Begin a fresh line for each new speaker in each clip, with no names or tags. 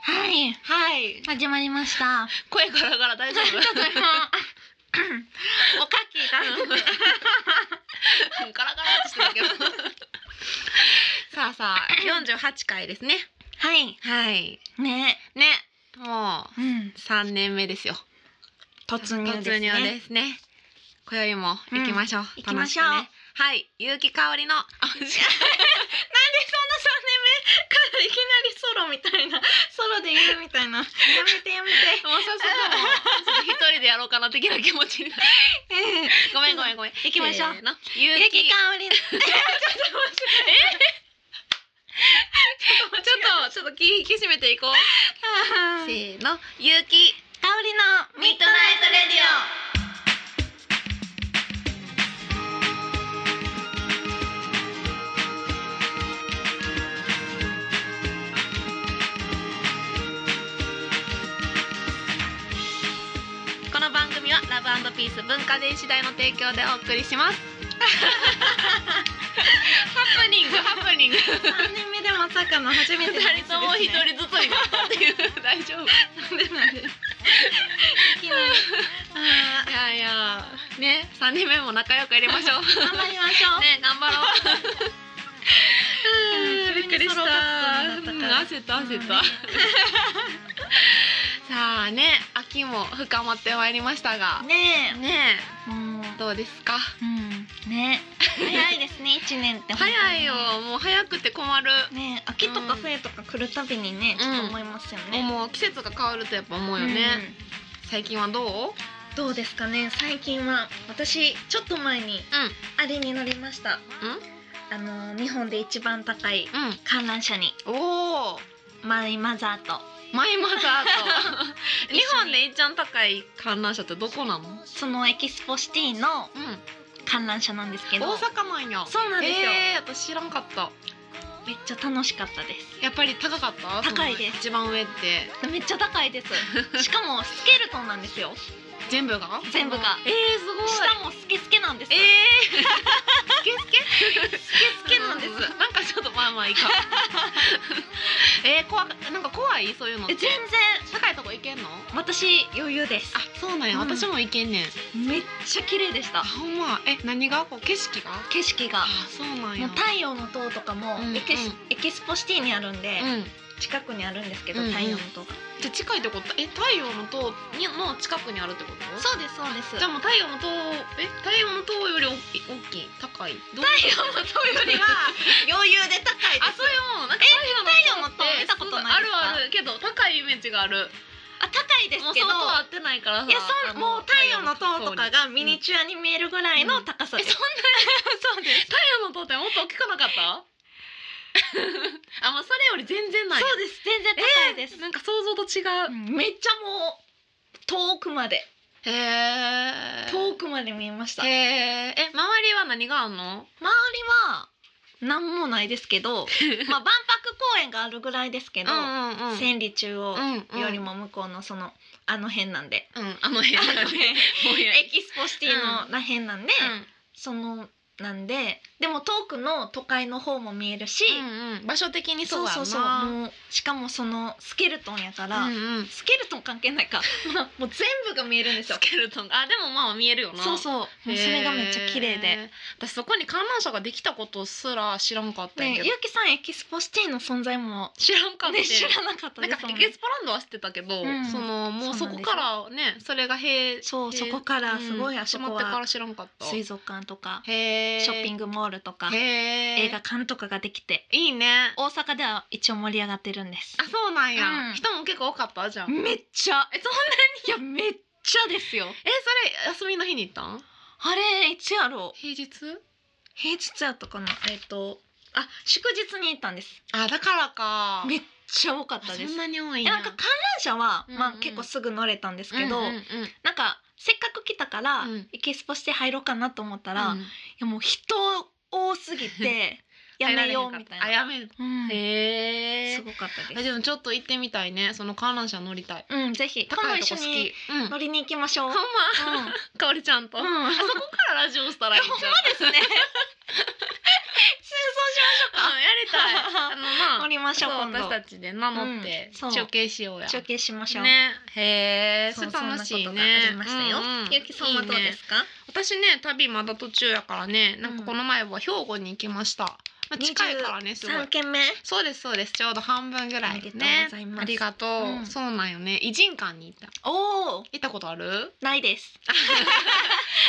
はい
はい
始まりました
声ガラガラ大丈
ちょ
夫
っと今おかきが
ガラガラってしてたけどさあさあ48回ですね
はい
はい
ね
ねも
うん
う3年目ですよ
突入ですね
突入ですね今宵も行きましょう、
行きましょう
楽くねはい結城香織のなんでそんな3年目
いきなりソロみたいなソロで言うみたいなやめてやめて
もう早速もうち ょっと一人でやろうかな的な気持ちになる
ええ
ごめんごめんごめん 行
きましょう
のゆ
ゆき
うき
かおりちょっと面白い
ちょっとちょっと気引き締めていこう
あー
せーのゆうき
香りのミッドナイトレディオ
この番組はラブピース文化電子代の提供でお送りしますハプニングハプニング
三年目でまさかの初め
二
てのミスですね
人とも一人ずつになったっていう大丈夫い
なんでなんでできない あー
やいやね三年目も仲良くやりましょう
頑張りましょう、
ね頑張ろう
うん
びっく
急
りした
にソロ活動になったから
焦った焦っ
うん
たさあね秋も深まってまいりましたが
ね
ね
えもう
えどうですか
うんね早いですね一年って本当に
早いよもう早くて困る
ね秋とか冬とか来るたびにね、
うん
ちょっと思いますよね、
もう季節が変わるとやっぱ思うよね、最近はどううん
うんどうですかね最近は私ちょっと前にあれに乗りましたあの日本で一番高い観覧車に
うんおお
マイマザーと
マイマザーと
一緒に
日本で一番高い観覧車ってどこなのうん
そのエキスポシティの観覧車なんですけど
大阪なんや
そうなんですよ、
えー、私知らんかった
めっちゃ楽しかったです
やっぱり高かった
高いです
その一番上って
めっちゃ高いです しかもスケルトンなんですよ
全部が
全部が
えー、すごい
下もスケスケなんです
えー、スケスケ
スケスケ
な
なんん
で
ですす
なんかちょっとまあまあい いかえー、怖かなんか怖いそういうのっ
え全
て
然
高いとこ行けんの
私余裕です
あそうなんや、
うん
私も行けんねん
めっちゃ綺麗でした
あほんまえ何がこう景色が
景色が
あそうなん
も
や
う太陽の塔とかも
うん
エキス,、
うん
エキスポシティにあるんで、
うん
近くにあるんですけど、
うんうん
太陽の塔が
じゃあ近いってことえ太陽の塔にの近くにあるってこと
そうですそうです
じゃあもう太陽の塔え太陽の塔よりおっきい大きい高いどう
太陽の塔よりは余裕で高いです
あそういうもんなんか
太陽の塔見たことない
あ
ですか
るあるけど高いイメージがある
あ高いです
も
け
うそ
ど
うと合ってないから
い
さ
やそんもう太陽の塔とかが
が
ミニチュアに見えるぐらいの高さ
え
です、
そんなそうです太陽の塔ってもっと大きくなかった あもうそれより全然ない
そうです全然高いです、
なんか想像と違う
うんめっちゃもう遠くまで
へえ
遠くまで見えました、
へええ周りは何があんの
周りは何もないですけ どまあ万博公園があるぐらいですけど、
うんうんうん
千里中央
うんうん
よりも向こうのそのあの辺なんで、
うんあの辺
あの辺
ぼん や
エ
り
キスポシティのら辺なんで、そのなんででも遠くの都会の方も見えるし、
うんうんうん場所的に
そ
そ
うう
やん
そ
な
うそうもうしかもそのスケルトンやから、
うんうん
スケルトン関係ないか まあもう全部が見えるんですよ
スケルトンがあでもまあ見えるよな
そうそうもうそれがめっちゃ綺麗
へ
で。
え私そこに観覧車ができたことすら知らんかったん
ねえ
やけど
ゆうきさんエキスポシティの存在も、
知らんかった
ね、知らなかった
なん
で
か
すもん
エ
ね
キスパランドは知ってたけど、
うん
そのもうそこからねそれがへ
そうそこからすごいあそこ
まってか
は
ら知らんかった
水族館とか
へ
ショッピン
グ
グモールとか
へ
映画館とかができて
いいね
大阪では一応盛り上がってるんです
あそうなんや、
うん
人も結構多かったじゃんえそ
めっちゃ
えそん
いやめっちゃですよ
れ休みの日に行ったん
あれいつやろう
平日
平日やったかなえっとあ祝日に行ったんです
あだからか
めっちゃ多かっ
あ
たで
そ
す
んなに多い
い
ん
や
や
なんか観覧車は、
うんうん
まあ、結構すぐ乗れたんですけど、
うんうんうん
なんかせっかく来たから、
うん
エキスポして入ろうかなと思ったら、
う
い
ん
やもう人多すぎ てやめようみたい
あ
な、
やめる
うん
へ
す
え
ごかった
え
です
でもちょっと行ってみたいねその観覧車乗りたい
うんぜひ今
高
度
いと
一
こ
緒
好
に
きうん
乗りに行きましょう、
ほん
う
ま
ん
かおりちゃんと、あ
うん、
そこからラジオしたらいいんじゃん
ですね。そうしましょう
うんやりたいあの
乗
まあ
りまましょう今
私
度
たちで名乗っ
う
て
んそう
中継しようや。
中継しましょう、
ね、へえ、
そう
それ楽しいね。
そんなことがありましたよ、
うんうん
ゆきさんはどう
いい
で
ね
すか
私ね、旅まだ途中やからね、なんかこの前は兵庫に行きました。まあ、近いからね、すご
三
い。
件目
そうですそうです。ちょうど半分ぐらい
おめでとう
ね
ございま。す
ありがとう。
うん
そうなんよね。偉人館に行った。
おお
行ったことある？
ないです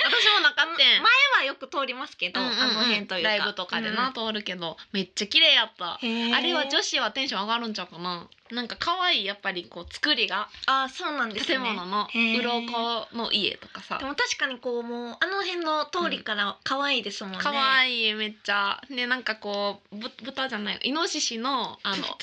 私もなかっ
前
た
はよく通りますけど、
ん。うんうんう
あ
ん
の辺というか
ライブとかでな、、通るけどめっちゃ綺麗やった。
うん
あれは女
子
子はテンション上がるんちゃうかな。なんか可愛いやっぱりこう作りが
あーそうなんですね
建物の
へー
鱗の家とかさ
でも確かにこうもうあの辺の通りから可愛いですもんね、
可
い
愛いめっちゃでなんかこうぶ豚じゃないイノシシのあの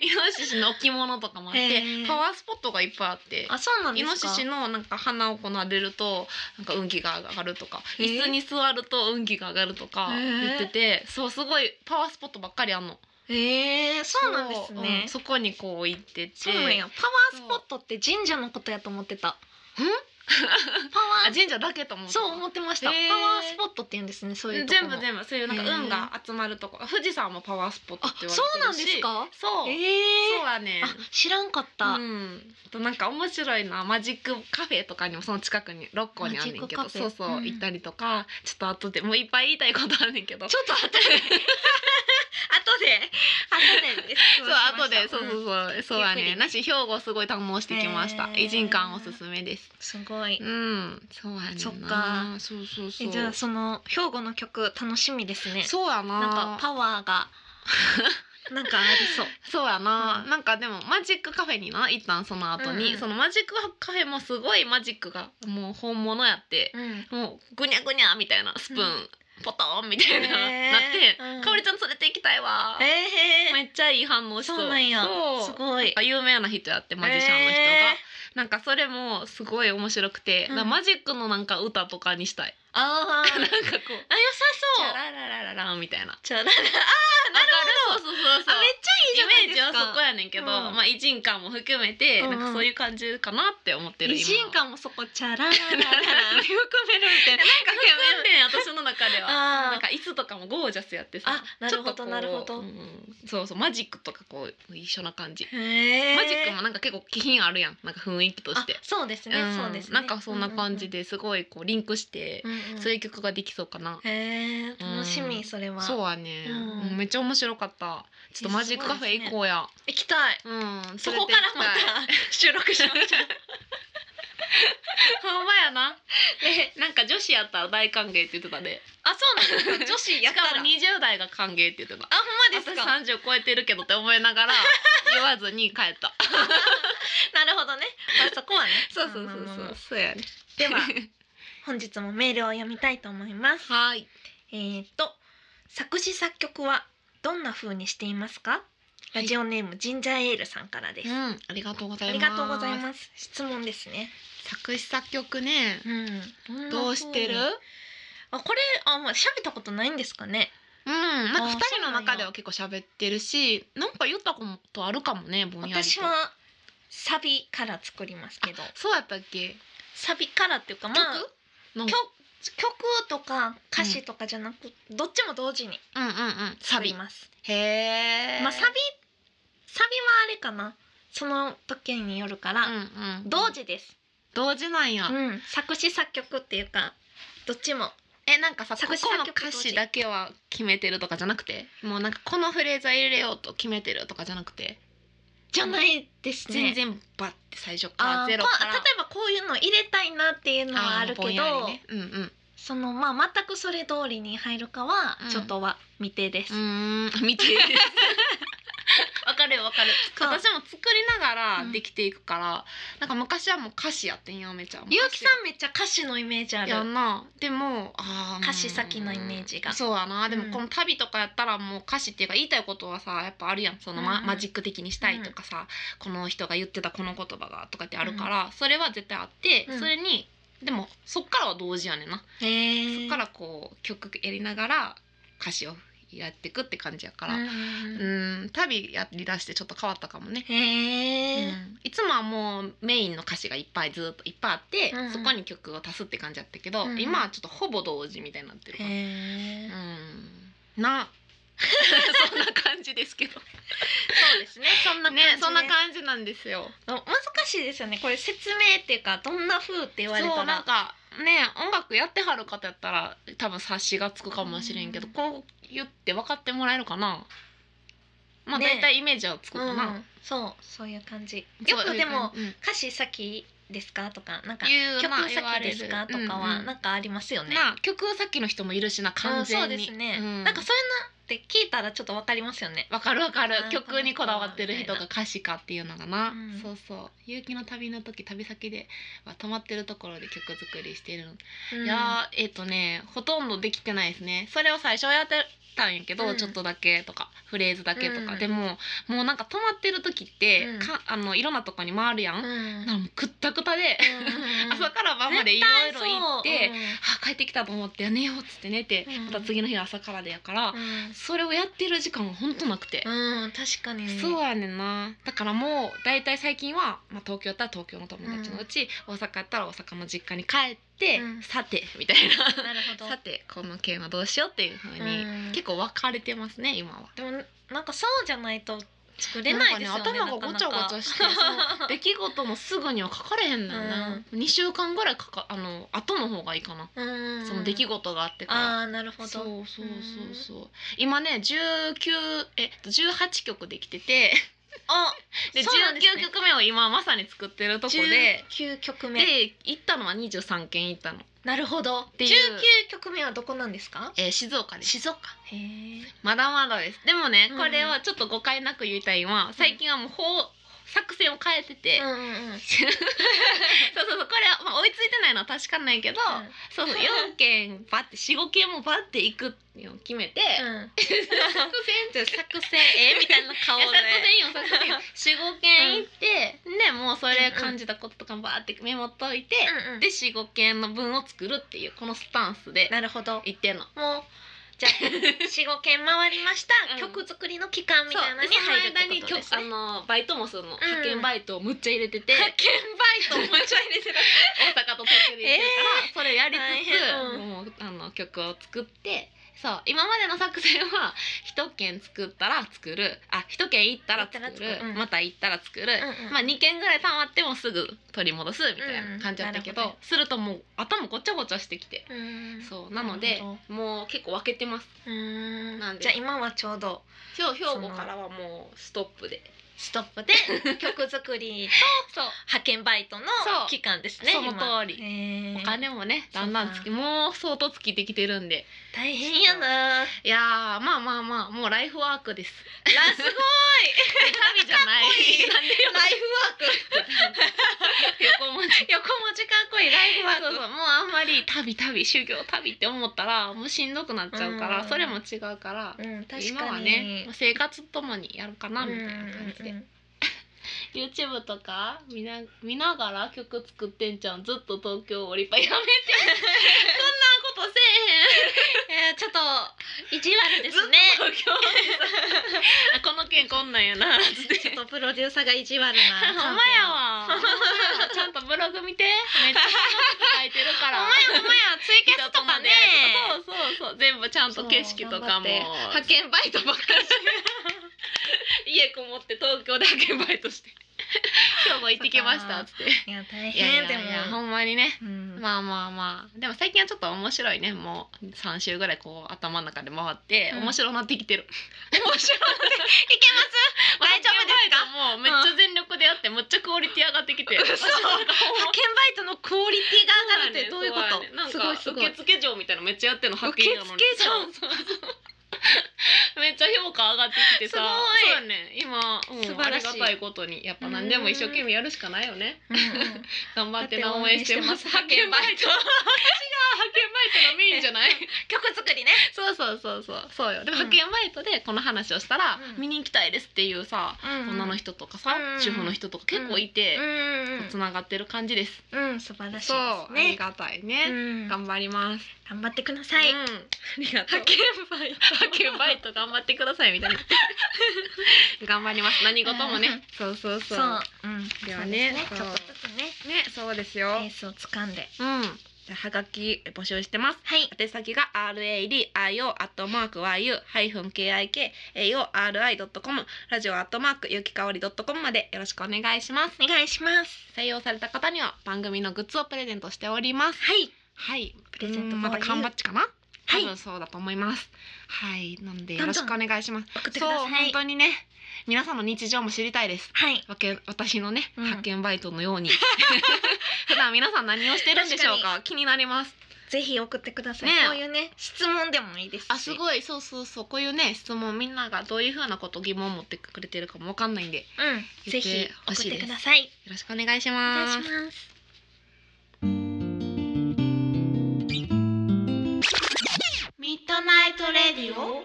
イ ノシシの置物とかもあっ
へ
て
ー
パワースポットがいっぱいあって
あそうなんで
イ
すか
ノシシのなんか鼻をこう撫でるとなんか運気が上がるとか
へー
椅子に座ると運気が上がるとか
へー
言っててそうすごいパワースポットばっかりあんの
へえそうなんですね
そううんそこにこう行ってて
そうなんやパワースポットって神社のことやと思ってた。ん パ
あ
ワ
神社だけと思っ
ー
て
そう
た
思ってました。
へ
パ
ー
ワースポットって言うんですねそういうとこ
全
も
部全部そういうなんか
へー
運が集まるとこ富士山もパワースポットって言われてるし
あそうなんですか
そう、
え
そうやね
えあ知らんかった。
うん、あとなんか面白いのはマジックカフェとかにもその近くに六個にあんねんけど
マジックカフェ
そうそう、
うん
行ったりとかちょっと後でもういっぱい言いたいことあるねんけど
ちょっと後で 後で後でです
そう後でそうそううんそう、そうや
ゆっく
ね
り
なし兵庫すごい堪能してきました
へー
偉人館おすすめです
すごい。
うんそうやねんな
そっか
そうそうそう
えじゃあその兵庫の曲楽しみですね。
そうやな
なんかパワー がなんかありそう。
そうやな、
うん
なんかでもマジックカフェにな一旦その後に、
うんうん
そのマジックカフェもすごいマジックがもう本物やって、
うん。
もうぐにゃぐにゃみたいなスプーン、
う
ポトンみたいな、
へー
なって、
うん
かおりちゃん連れて行きたいわ、
え
めっちゃいい反応
ー、
しそ
そううなんや
そう。
すごい。
有名な人やってマジシャンの人が、
へ
なんかそれもすごい面白く
う
て、
ん
だからマジックのなんか歌とかにしたい、
あ ー
なんかこ
あ
う
良さ
チ
そう
ャ。ララララランみたいな
じゃあなる
わかるそうそうそうそう
あめっちゃいいじゃない
イメ
で
ー
す
ジ
か。
はそこやねんけど、
うん
まあ偉人感も含めて、
うんうん
なんかそういう感じかなって思ってる
偉人
今
感もそこチャララララ
なんか
ラ
含めるみ たいななんか含めんねん私の中では
あ
なんか椅子とかもゴージャスやってさ
あなるほど
ちょっとこう
なるほど
うんうんそうそうマジックとかこう一緒な感じ、
へ
マジックもなんか結構気品あるやんなんか雰囲気として
あそうですね、
うん
そうですね
なんかそんな感じですごいこうリンクして
う、んうん、
そういう曲ができそうかな、
へー楽し
うん
みそれは、
そうはね、
うん
うんめっちゃ面白かったちょっとマジックカフェ行こうや、
行きたい
うん
そこからま
連れて行きい
た収録しましょう
ほんまやな。なんか女子やったら大歓迎って言ってたで。
あそうなんですか女子や
し
ったら
かも二十代が歓迎って言ってた。
あほんまです
私
か
三十超えてるけどって思い ながら言わずに帰った。
なるほどね、まあ、そこはねまあまあまあまあ
そうやね。
では本日もメールを読みたいと思います
はい。
えー、と作詞作曲はどんな風にしていますか、ラジオネームジンジャーエールさんからです、
う
あ
ん、ありがとうございま
り
す。
がとうございます質問ですね
す。作詞作曲ね。
うん
どうしてる？
あこれあまあ喋ったことないんですかね
うん、なんか
あ
二人の中では結構喋ってるし、なんか言ったことあるかもね、ぼんやりと。
私はサビから作りますけど
そうやったっけ？
サビからっていうかまあ
曲の
曲曲とか歌詞とかじゃなく、どっちも同時に
うんうんうん。サ
作り
ビ。
ます、
へえ。
まあサビサビはあれかなその時によるから、
うんうん。
同時です、
同時なんや。
うん、作詞作曲っていうかどっちも
えなんかさ
作詞
ここの
作曲
歌詞だけは決めてるとかじゃなくてもうなんかこのフレーズは入れようと決めてるとかじゃなくて
じゃないですね
全然バッて最初か
あ
ら
ー
ゼロ
こう
から
例えばこういうの入れたいなっていうのはあるけ
ぼ
ど
んやりねうんうん
そのまあ全くそれ通りに入るかは
うん
ちょっとは未定です、
うーん見てわかるよわかる
そう
私も作りなが
う
ら
ん
できていくから、なんか昔はもう歌詞やってんよめちゃん
ゆうきさんめっちゃ歌詞のイメージある
やんなでもあー
歌詞先のイメージが
そうやなで
う
も
ん
この旅とかやったらもう歌詞っていうか言いたいことはさやっぱあるやんその
うん
マ,、
うん
マジック的にしたいとかさ、この人が言ってたこの言葉がとかってあるから、それは絶対あって、
うん
それにでもそっからは同時やねんな、
へー
そっからこう曲やりながら歌詞をやってくって感じやから、
う
うんん、旅やりだしてちょっと変わったかもね。
へえ、
うんいつもはもうメインの歌詞がいっぱいずっといっぱいあって、
うんうん
そこに曲を足すって感じだったけど、
うんうん
今はちょっとほぼ同時みたいになってるから、
へえ
うん、なそんな感じですけど。
そうですね。そんな感じ
ね
で、
そんな感じなんですよ。
難しいですよね。これ説明っていうかどんな風って言われた
そうな
ら
んかね音楽やってはる方やったら多分察しがつくかもしれんけど、
うん
こう言って分かってもらえるかなまあ、
ね
大体イメージはつくかな、
うん、そうそういう感じ
そう
よくでも
うん
歌詞先ですかとかなんか
言うまあ
曲
言わ
先
れ
で
る
すかとか
うん
は
うん
なんかありますよね、
まあ曲さっきの人もいるしな完
うん
全に、
そうですね、
うん
なんかそういうのって聞いたらちょっとわかりますよね
わかるわかる
あー
曲にこだわってる人
こ
が
の
歌詞かっていうのがな、
うん
そうそう「勇気の旅の時旅先では泊まってるところで曲作りしてるの」
うん
いやーえっ、とねほとんどできてないですねそれを最初はやってたんやけど、
うん
ちょっとだけとかフレーズだけとか、
うん
でももうなんか泊まってる時って、
うん
かあのいろんなとこに回るやん、
うん
だか
うん
らもうくったくたで、朝から晩までいろいろ行って、
絶対
あ帰ってきたと思って寝ようっつって寝て、
うん
また次の日の朝からでやから、
そううん
それをやってる時間がほんとなくて、
うん、うん確かに
そうやねんなだからもう大体最近は、まあ、東京やったら東京の友達のうち、大阪やったら大阪の実家に帰って、
うん
さてみたいな。
なるほど
さてこの件はどうしようっていうふうに、
うん
結構分かれてますね今は。
でもなんかそうじゃないと作れないですよね
んか頭がごちゃごちゃしてそ の出来事もすぐには書かれへんのよな、2週間ぐらいかかあの後の方がいいかな、
うん
その出来事があってから。
ああなるほ
そう
ど
そうそうそう今ね19え18曲でき てて
あ
で
そうなんです
19
ね
曲目を今まさに作ってるとこで
19曲目
で行ったのは23件行ったの、
なるほど
て
19
いう
曲目はどこなんですか
えー静岡です
静岡へえ
まだまだですでもね、
うん
これはちょっと誤解なく言いたいのは最近はもう方作戦を変えてて、
うんうんうん
そう そうそうこれは、まあ、追いついてないのは確かなんやけど、そうそう4件バッて45件もバッていくのを決めて、
うん
作戦って
作戦えみたいな顔
作
で
戦よ作戦45件行って、でもうそれ感じたこととかもバーってメモっといて、
うんうん
で45件の分を作るっていうこのスタンスで
なるほど
行ってんの。
もうじゃ あ四五件回りました
うん
曲作りの期間み
そう
たいなのに
でその
入る
間
って
に
こと
曲
ですね
あのバイトもその、派遣バイトをむっちゃ入れてて
派遣バイトもちょいです
大阪と東京で行ってる から、それやり
大
つ
変
つ
う、
もうあの曲を作ってそう今までの作戦は一件作ったら作るあ一件行ったら作る
行ったら作るうん
また行ったら作る、
うんうん
まあ2件ぐらい溜まってもすぐ取り戻すみたいな感じだったけど,、
うんなるほどね
するともう頭ごちゃごちゃしてきて。
うん
そうなので
なるほ
もう結構分けてます
うん
なんで
じゃあ今はちょうど
今日兵
そ
庫
の
からはもうストップで
ストッ プで曲作りと
そう
派遣バイトの
そう
期間ですね
その
今
通り
へー
お金もねだんだんつきもう相当尽きてきてるんで
大変やない
やーまあまあまあもうライフワー クです
ラすごい
旅じゃない。
かっこいい
なんでよ
ライフ
横文字。
横文字かっこいいライフワ
そうそうもうあんまり旅旅修行旅って思ったらもうしんどくなっちゃうから、
うん
それも違うから。
うん確かに
今はねもう生活ともにやるかなみたいな感じで、
うんうんうん
YouTube とか見な見ながら曲作ってんじゃんずっと東京オリパやめて そんなことせ
えーちょっと意地悪
えへん
です ね
ずっと東京でさこの件こんなんやなっつって
ちょっとプロデューサーが意地悪な
ほんまやわ。ほんまやわちゃんとブログ見て。めっちゃ書いてるから。
ほんまやほんまやツイキャスとかね
そうそうそう。全部ちゃんと景色とかも。
派遣バイトばっかりして
家こもって東京で派遣バイ トして。今日も行ってきましたっつって。
いや大
いやいや
変
いや
で
ほ
も
んまにね。
うん
まあまあまあでも最近はちょっと面白いねもう3週ぐらいこう頭の中で回って、
うん
面白なってきてる面白
い
い
けます大丈夫ですか
もうめっちゃ全力でやって、めっちゃクオリティ上がってきて
嘘派遣バイトのクオリティが上がるってどういうこと、
なん
す
か
ごいすごい
受付嬢みたいなのめっちゃやってるの
受
派
付
遣
嬢
なのにそうそうそうめっちゃ評価上がってきてさ
すごい
そうやね今、うん、
素晴らしい
ありがたいことにやっぱ何でも一生懸命やるしかないよね 頑張ってな
だって
応
応
援
援
し
してて
ま
ますす
派遣バイト私が派遣バイトがメインじゃない
曲作りね
そうそうそうそうそうよでも
うん
派遣バイトでこの話をしたら、
うん
見に行きたいですっていうさ、女の人とかさ、
うん
主婦の人とか結構いて、つ
う
ながってる感じです。
ん、うん、素晴らしい
そう、あ
で
り
すね
がたいうね。
ん、頑
頑張ります。
張ってください、
うんありがとう
派。遣バイト
派遣バイト頑張ってくださいみたいな。 頑張ります。何事もね。そうそう
そ
そうう。
うん
では
そう
ね
ですね
そう
ちょっとずつね
ね、そうですよ
ペースを掴んで
うん。じゃあはがき募集してます。
はい
宛先が radio.yu-kikaori.com ラジオ .yukikaori.com までよろしくお願いします。
お願いします
採用された方には番組のグッズをプレゼントしております。
はい
はい。
プレゼント
うんまた缶バッジかな
はい
多分そうだと思います。はい。なん
ど
でよ
んどん
ろしくお願いします。
送ってく
そう、
ださ
本
い
当にね、皆さんの日常も知りたいです。
はい
わけ私のね、
うん
発見バイトのように 普段皆さん何をしてるんでしょうか気になります
ぜひ送ってください、
ね
こういうね質問でもいいですし
あす
い
ごいそうそうそうこういうね質問みんながどういうふうなこと疑問を持ってくれてるかもわかんないんでよ
うんぜ
言
ひ
って
送
ほ
っ
しいです
てください
ろしくお願いし
お願い
ま
し
す
ます
ミッドナイトレディオ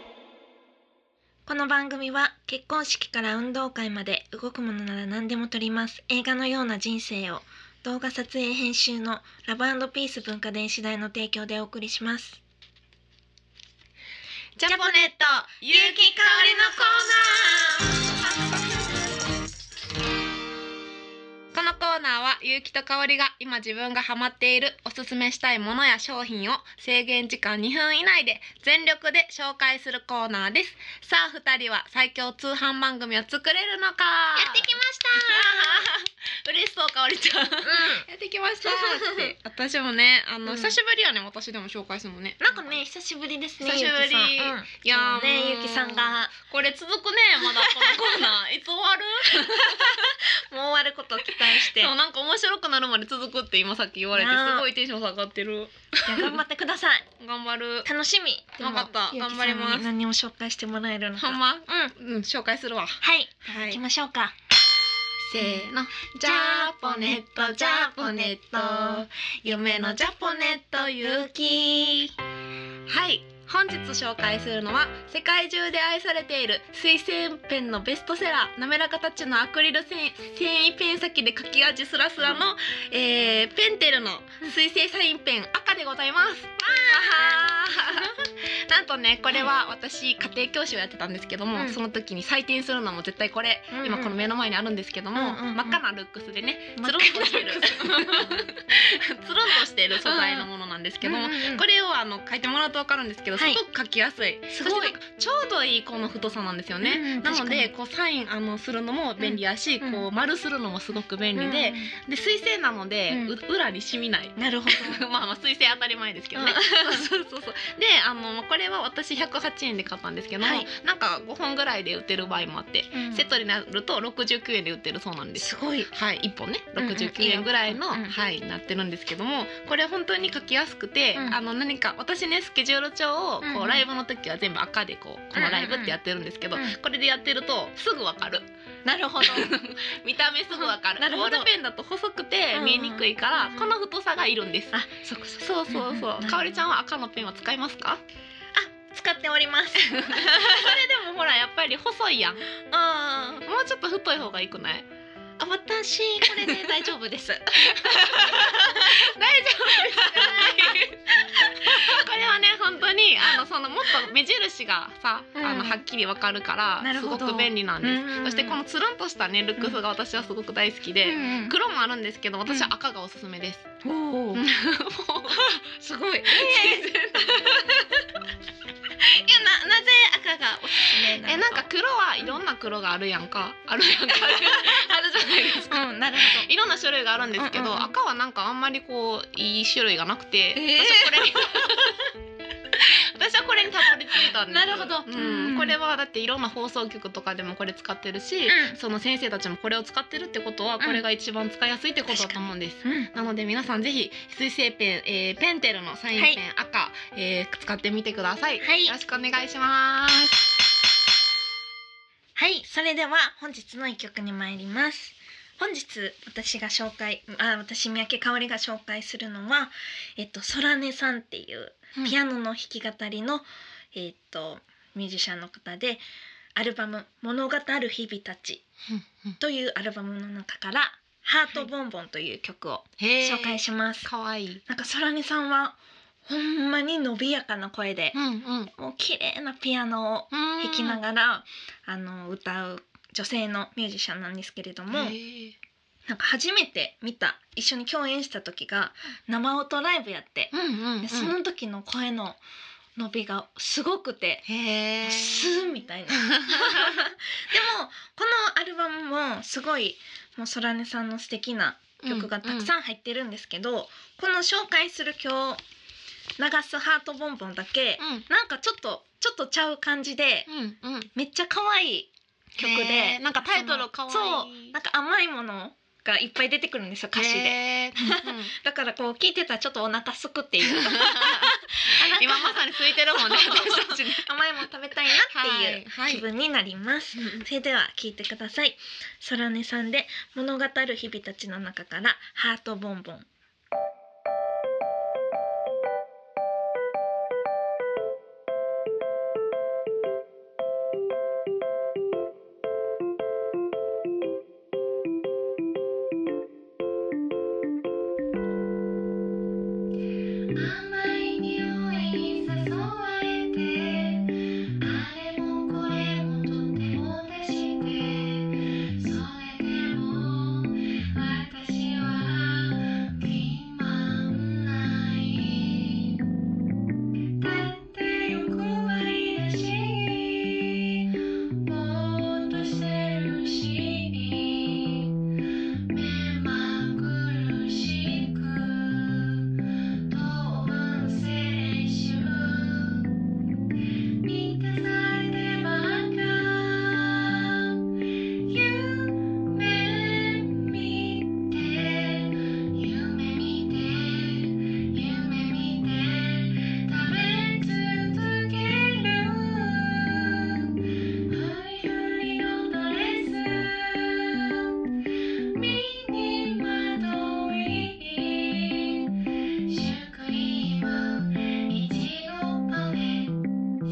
この番組は結婚式から運動会まで動くものなら何でも撮ります映画のような人生を動画撮影編集のラブピース文化電子台の提供でお送りします
ジャポネットゆうきかおりのコーナーこのコーナーはゆうきとかおりが今自分がハマっているおすすめしたいものや商品を制限時間2分以内で全力で紹介するコーナーですさあ二人は最強通販番組を作れるのか
やってきまし
ま嬉しそうかおりちゃん
た、う
やってきましたって私もねあの、
うん
久しぶりやね私でも紹介するもんね
ん、なんかね久しぶりですね
久しぶり
ゆうきさんうん
いやー
そうね
もう
ゆうきさんが
これ続くねまだこのコーナ ーいつ終わる
もう終わることを期待して
そうなんか面白くなるまで続くって今さっき言われて
なあ
すごいテンション下がってる
じゃあ頑張ってください
頑張る
楽しみでも
わかった
ゆうきさんに
頑張ります
何を紹介してもらえるのか
ほん
は
まうん、うん、紹介するわ
い
は
行きましょうか
せーのジャポネットジャポネット夢のジャポネット勇気はい本日紹介するのは世界中で愛されている水性ペンのベストセラー滑らかタッチのアクリル繊維繊維ペン先で書き味スラスラの、えーペンテルの水性サインペン赤でございます。わー なんとねこれは私家庭教師をやってたんですけども、
うん
その時に採点するのも絶対これ、
うんうん
今この目の前にあるんですけども、
うんうんうん
真っ赤なルックスでねつ
真っ
るんと
赤な
してる
ルッ
つ
クス
るんとしてる素材のものなんですけども、
うんうんうん
これをあの書いてもらうと分かるんですけど、
はい
すごく書きやすい
すごい
そしてちょうどいいこの太さなんですよね、
うんうん
なので
確
こうサインあのするのも便利やし、
うん
こう丸するのもすごく便利で、
う
で水性なので、
うん
う裏に染みない
んなるほど
まあまあ水性当たり前ですけどね、 そうそうそうであのこれは私108円で買ったんですけど、
はい
なんか5本ぐらいで売ってる場合もあって、
うん
セットになると69円で売ってるそうなんです
すごい
はい、1本ね
うんうん
69円ぐらいの、
うんうん
はい、なってるんですけどもこれ本当に書きやすくて、
うん
あの何か私ねスケジュール帳をこう、
うんうん
ライブの時は全部赤でこうこのライブってやってるんですけど、
うんうんうん
これでやってるとすぐわかる
なるほど
見た目すぐわかる
なるほ
ボ
ど
ールペンだと細くて見えにくいから、
うんうん
この太さがいるんです。
あ そこそこ
そうそう
うんうん
そうう。
ん
かおりちゃんは赤のペンは使いますか？
あ使っております
それでもほらやっぱり細いやん。も
あー
うちょっと太い方がいいくない？
あ私これで大丈夫です
大丈夫です。これはね本当にあのそのもっと目印がさ、
うん
あのはっきりわかるから
なる
す
ほ
ご
ど
く便利なんです。
うん
そしてこのつるんとしたねルックスが私はすごく大好きで。
うん
黒もあるんですけど私は赤がおすすめです、
うんおーすごい、え ーいやななぜ赤がおすすめなの
え なんか黒はいろんな黒があるやんかあるや んかあるじゃないですか、
うんなるほ
いろんな種類があるんですけど、
うんうんうん
赤はなんかあんまりこういい種類がなくて、
えー
私はこれに 私はこれにたどり着いたんです
なるほど
うん
うん
これはだっていろんな放送局とかでもこれ使ってるし、
うん
その先生たちもこれを使ってるってことは
ん
これが一番使いやすいってことだと思うんです。
ど、うん、
なので皆さんぜひ水性ペン、えーペンテルのサインペン
はい
赤、えー使ってみてください。
はい
よろしくお願いします。
はい、それでは本日の一曲に参ります。本日私が紹介、あ、私三宅香織が紹介するのは、えっとソラネさんっていうピアノの弾き語りの、えっとミュージシャンの方で、アルバム物語る日々たちというアルバムの中からハートボンボンという曲を紹介
し
します。
かわいい。
なんかソラネさんはほんまに伸びやかな声で、
んうん。
もう綺麗なピアノを弾
弾
きながら、あの歌う女性のミュージシャンなんですけれども、
へー
なんか初めて見た一緒に共演した時が生音ライブやって、
うんうん
でその時の声の伸びがすごくて、
へえ
スーみ たいなでもこのアルバムもすごいもうソラネさんの素敵な曲がたく
ん、
さん入ってるんですけど、この紹介する今日流すハートボンボンだけ、
うん
なんかちょっとちょっとちゃう感じで、
うんうん
めっちゃ可愛い曲で
へーなんかタイトル可愛い
そうなんか甘いものがいっぱい出てくるんですよ歌詞で
へーうんうん
だからこう聞いてたらちょっとお腹すくっていうあなんか
今まさに空いてるもんね私 たちね
甘いもの食べたいなっていう
はいはい
気分になります、それでは聞いてくださいそらねさんで物語る日々たちの中からハートボンボン
甘い匂いに誘われてあれもこれもと手を出してそれでも私は決まんないだって欲張りだしぼーっとしてるし目まぐるしく当分青春満たされてばか夢見て夢見て夢見て食べ続けるふりふりのドレス身にまといシュークリームいちごパフェ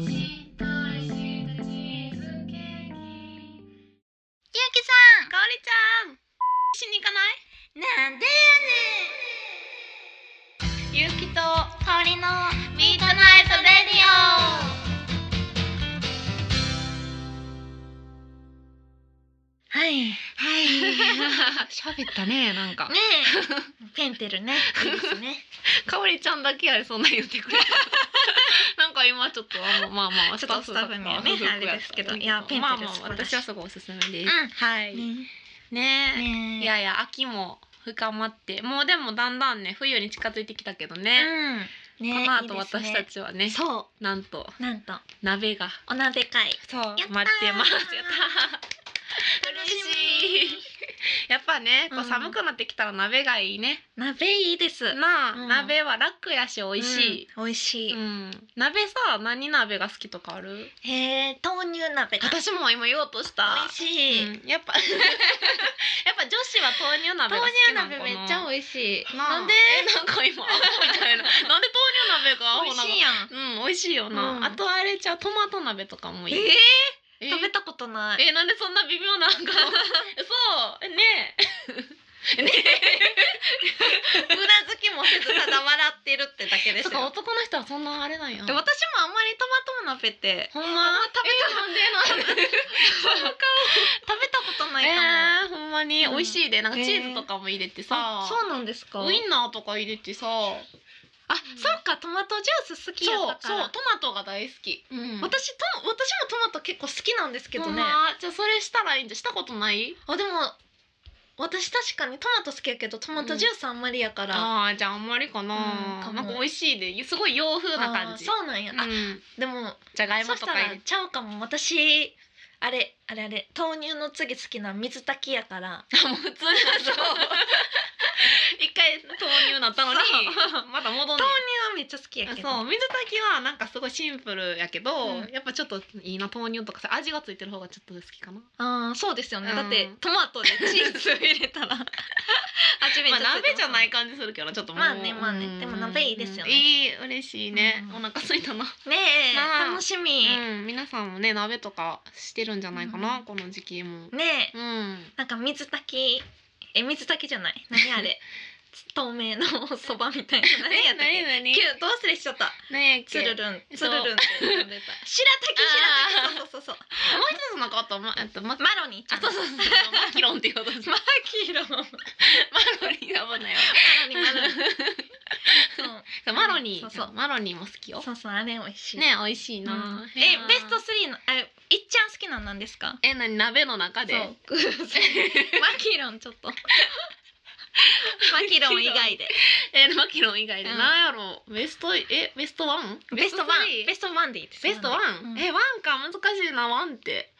しっとりしたチーズケーキ
ゆうきさんかおりちゃんしに行かないなんでやねんゆうきとかおりのミートナイトレディ
はいね
オはい喋ったねなん か
えペンテルねいいですね
かおりちゃんだけやれそんな言ってくれ たなんか今ちょっとあまあまあ
ちょっとスタッフにはね
スタッフ
あれですけど
やった
いやペンテ
まあ
ル
まあ
素晴らしい
私はすごいおすすめです、
うん
はいね
ね
え
ね
いやいや秋も深まってもうでもだんだんね冬に近づいてきたけど
う
ね、
んね
この後
いいですね
私たちはね
そ
なんと
うなんと
鍋が
お鍋会
そう待
や
っ
ったー
てますやったー嬉しいやっぱねこ
う
うん寒くなってきたら鍋がいいね、
鍋いいです
なあ、
うん
鍋は楽やし美味しい、
うん美味しい、
うん、鍋さ何鍋が好きとかある
へえ豆乳鍋が
私も今言おうとした
美味しい、
うんやっぱ やっぱ女子は豆乳鍋が好
豆
き
乳
なの
鍋
かな
めっちゃ美味しい
な
なんん
で
で
なんか今アホみたいな なんで豆乳鍋がアホ
美味
なの
しいやん
うん美味しいよな、
うん
あとあれじゃうトマト鍋とかもいい、え
食べたことない
えなんでそんな微妙なのか そうねえね
裏付きもせずただ笑ってるってだけ
えそうか男の人はそんなあれなんや
で私もあんまりトマト鍋って
ほんま食べ たなんでな
食べたことないかも、
えー、ほんまに美味しいで、なんか
えー
チーズとかも入れてさ
あ、そうなんですか
ウインナーとか入れてさ
あ、そっかトマトジュース好きや
そう
った
そうト
から
マトが大好き、うん私
私と私もトマト結構好きなんですけ
けど
ど
ね、
ね
じゃあそれしたらいいんじゃしたことない
あでも私確かにトマト好きやけどトマトジュースあんまりやから、
ああーじゃああんまりか
う
な、
んかも
なんか美味しいですごい洋風な感じ
あーそうなんや、あ
うん
でも
じゃがい
そ
も
し
と
た
から入れて
ちゃうかも私あれあれあれ豆乳の次好きな水炊きやから
あもう普 通にそう一回豆乳なったのに
そう
また戻んねん
豆乳はめっちゃ好きや
あ
けど
そう水炊きはなんかすごいシンプルやけど、
うん
やっぱちょっといいな豆乳とかさ味がついてる方がちょっと好きかな
あーそうですよね、
うん
だってトマトでチーズ入れた ら味めっ
まあ
ちゃついてます
鍋じゃない感じするけどちょっともう
まあねまあねでも鍋いいですよね
いい嬉しいね、
うん
お腹空いたな、
ね
なあ
え楽しみ、
うん、皆さんもね鍋とかしてるんじゃないかな、
うん
この時期も
ねえ
うん
なんか水炊きえ水炊きじゃない何あれ透明のおそばみたいな何やったっけ
なに
キューどうすれしちゃった
何やっ
つる
け
るん
そう
つる るんって呼んでた白
あ
滝白滝
ー
そうそうそうそう
もう一つのことまえっとま
マロニーちゃ
あ
ん
そうそうそうマキロンって言おうとした
マキロンマロ
マロニーだもんね
ニーマロニー
そうマロニー
そうそう
マロニーも好きよ
そうそうそうあれ美味しい
ね美味しい
うん
な、
えベスト
ス
3のえいっちゃん好きなんなんですか
えなに鍋の中で
そう マキロンちょっ とマキロン以外で
えマキロン以外で
うん
なんやろうベストえベストワン
ベストワン
スリー
ベストワンでいいです
ベストワン、
うん
えワンか難しいなワンって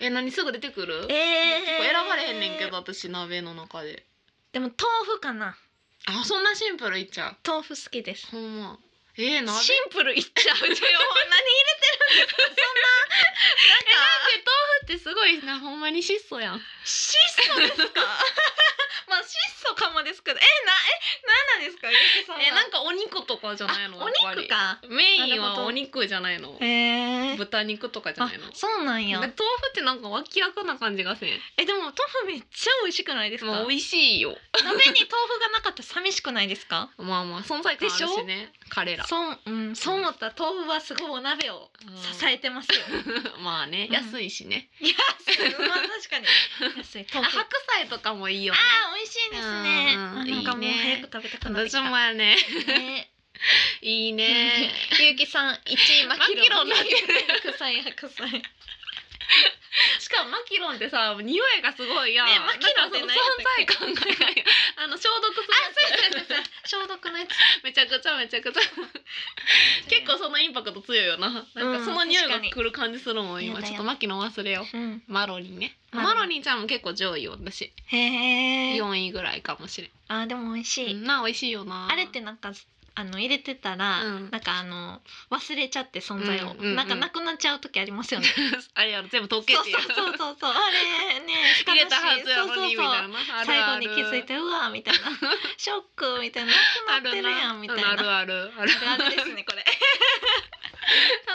え何すぐ出てくる
え
結構
ー
選ばれへんねんけど私鍋の中で
でも豆腐かな
あそんなシンプルいっちゃ
豆腐好きです
うほんまえー、鍋
シンプルいっちゃうよ何入れて
だってすごいなほんまに質素やん
質素ですか まあ質素かもですけどえなえなんなんですか
えなん
か
かお肉とかじゃないの
お肉か
メイン
なるほ
は
ど
お肉じゃないの
へえ
豚肉とかじゃ
あ
ないの
そうなんや
なんか豆腐ってなんか脇役な感じがせん
えでも豆腐めっちゃ美味しくないですか
まあ美味しいよ
鍋に豆腐がなかったら寂しくないですか
まあまあ存在感あるしね彼ら
そう、うん、そう思ったら豆腐はすごいお鍋を支えてます よ、
うん まあね
うん
安いしね、
いや安いまあ確かに安い豆
あ
腐
白菜とかもいいよね
あー美味しいですね。
うんうん
あなんかもう
いいね
早く食べたくなってき
私
た。
もやね
ね。
いい ね
ゆうきさん一位マキロン。
マキロンだって
白菜白菜。ね
しかもマキロンってさ匂いがすごいやん、
ねマキロンって
なん
何
か
や
その存在感がないあの消毒するやつ
消毒のやつ。
めちゃくちゃめちゃ くちゃ結構そのインパクト強いよななんかその匂いがくる感じするもん、今
確かに
ちょっとマキロン忘れよう
うん。
マロニーね
マロ
マ
ニー
ロニーちゃんも結構上位よ私
へえ。
4位ぐらいかもしれん
あでも美味しい。
うんな美味しいよな
あれってなんかあの入れてたら、
うん
なんかあの忘れちゃって存在を、
うんうんうん
なんかなくなっちゃう時ありますよね。
あれやろ全部溶けて
そう
やる
そうそうそうそうあれね
入れたはずやのにみ
悲しいそうそう
た
そう
いなあるあ
最後
る
に気づいてうわーみたいなショックみたいなな くなっ
あ
て
る
るや
なん
みたいな。
あるあるある
あれですねこれ。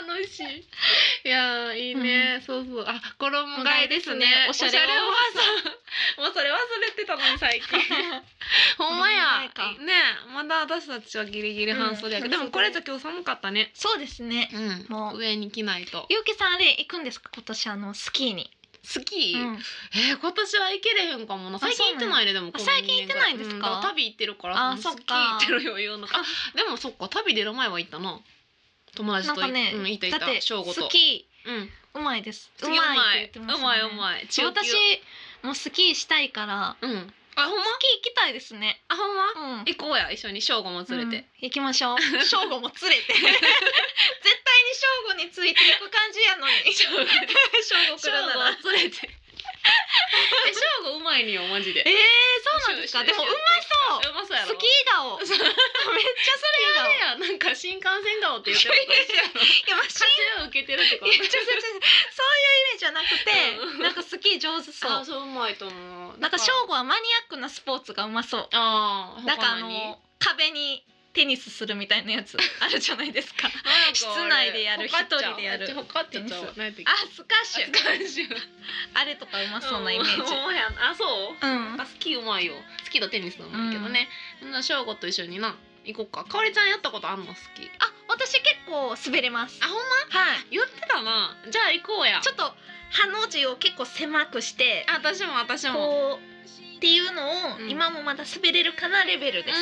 楽しいいやーいいね、そうそうあ衣替えですね
おしゃれお
お
しゃれおば
ばあさん もうそれ忘れてたのに最近 ほんま
衣
や
替えか
ねまだ私たちはギリギリ半袖やけど、
うん
でもこれじゃ今日寒かったね
そうですね。
うん
もう
上に着ないと
ゆうきさんあれ行くんですか今年あのスキーに、
好き、
うん
えー、今年は行けれへんかもな最近行ってないねでも
あ
この
最近行ってないんですか
うだら旅行ってるから
あ
その
そっか
スキー行ってる余裕のかでもそっか旅出る前は行ったな友達
なん
と行
か
っ
ね、
うん、行った行
だ
っ
ったて
正午と
スキ
うん
ーうまいです
うまい
って
う
言ってました
ま
ね
いうまい中級
私もうスキーしたいから
うんあほんま
スキー行きたいですね
あほんま
うん
行こうや一緒に正午も連れ
うん
て、
行きま しょう正午も連れて絶対 に正午についていく感じやの に正午
正
来るなら
午 連れてえ正午うまいのよマジで
えー、そうなんですか
シュ
で
シュ
もうまそう
うまそうやろ
スキー顔めっちゃ それ
あ
顔
れやなんか新幹線顔って言ってること一緒やろ
いやまあ
風を受けてるってこ
い
と
や違う違う違うそういうイメージじゃなくて、
うん
なんかスキー上手そう
あそううまいと思う
なんか正午はマニアックなスポーツがうまそう
あー
なんかあ
他何
の壁にテニスするみたいなやつあるじゃないですかあ
なんかあれ
室内でやる
ホカッチャ
一人でやる
あ違うホカッチャちゃう
テニス
何やったっけ
スカッシュ
あスカッシュ
あれとかうまそうなイメージ
うんほんまやなあそう
うん
あスキーうまいよスキーとテニスうまいけどねそんな翔吾と一緒にな行こうかかおりちゃんやったことあんのスキー
あ私結構滑れます
あほんま
はい
言ってたなじゃあ行こうや
ちょっとハの字を結構狭くして
あ私も私も
こうっていうのを、
うん
今もまだ滑れるかなレベルです、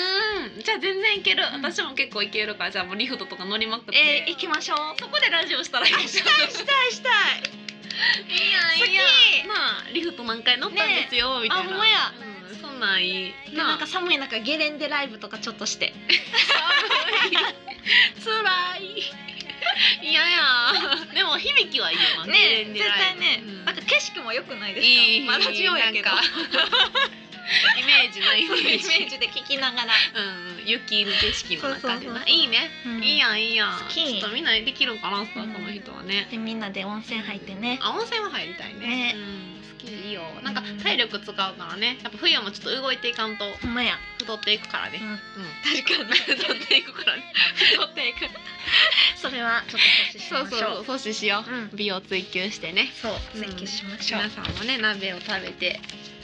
うんじゃあ全然行ける
うん
私も結構行けるからじゃあもうリフトとか乗りまくって
えー、行きましょう
そこでラジオしたらいい
あ
じ
し
ゃん
たいしたいしたいいいやんいいやん
まあリフト何回乗ったんですよ、みたいな
あほんまや
うん、そんなんいい
でなんか寒い中ゲレンデライブとかちょっとして
つ らいいやや でも響きはいいよな
ね
ゲレンデ
絶
ライ
対
ブ
ね、
うん
なんか景色も良くないですか
いい
まあラジオやけど
なんかイメージないイ
そ
メ
ういうイ
ージ
メージで聞きながら
うん雪の景色の中で
そうそうそう
な
そう
いいね、いいやんいいやん
好
ち
き
ょっとみんなできるかなその人はね、
でみんなで温泉入ってね
あ温泉は入りたいね
ね
うん、好きいいよなんか体力使うからねやっぱ冬もちょっと動いていかんと
ほんまや、
太っていくから
う
ね、
ん、
うん
確かに
太っていくからね
太っていくそれはちょっと阻止し
そ
ま
う
しょ
そうう阻止しよう、
うん
美を追求してね
そう
うん
追求しましょう、
皆さんもね鍋を食べて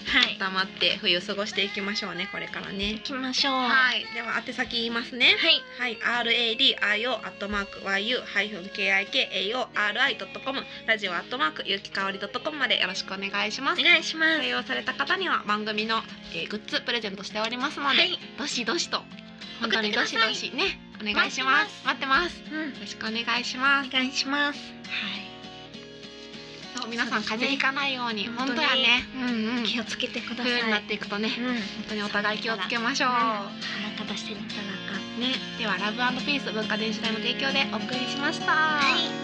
はい
頑張って冬過ごしていきましょうねこれからね
行きましょう、
はいいでは宛先言いますね
はい、
はい、radio アットマーク yu ハイフン kikaori ドットコムラジオアットマークゆきかおりドットコムまでよろしくお願いします
お。願いします
採用された方には番組の、えー、グッズプレゼントしておりますので、
はい
どしどしと本
送
当
って
に
く
ど
ださ
し
い
どしねお願いします。待ってます。よ
うん
ろしくお願いします
お。願いします
はい。そう皆さん
そう
風
です
邪
ね
ひかないように
本
本
当
当
に
やね。うんうん。
気をつけてください
冬になっていくとね、
うん
本当にお互い気をつけましょう。
鼻か出してみたらあかん
ね、ではラブピース文化電子代の提供でお送りしました。
はい